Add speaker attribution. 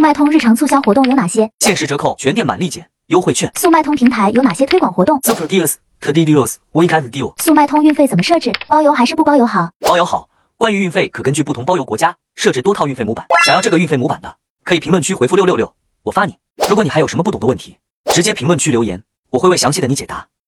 Speaker 1: 麦通日常促销活动有哪些？
Speaker 2: 限时折扣，全店满立减，优惠券。
Speaker 1: 速麦通平台有哪些推广活动？
Speaker 2: z u p e r d e a l s c a d i d e a l s w i n c a n d e a l
Speaker 1: 速麦通运费怎么设置？包邮还是不包邮好？
Speaker 2: 包邮好，关于运费可根据不同包邮国家设置多套运费模板。想要这个运费模板的，可以评论区回复六六六，我发你。如果你还有什么不懂的问题，直接评论区留言，我会为详细的你解答。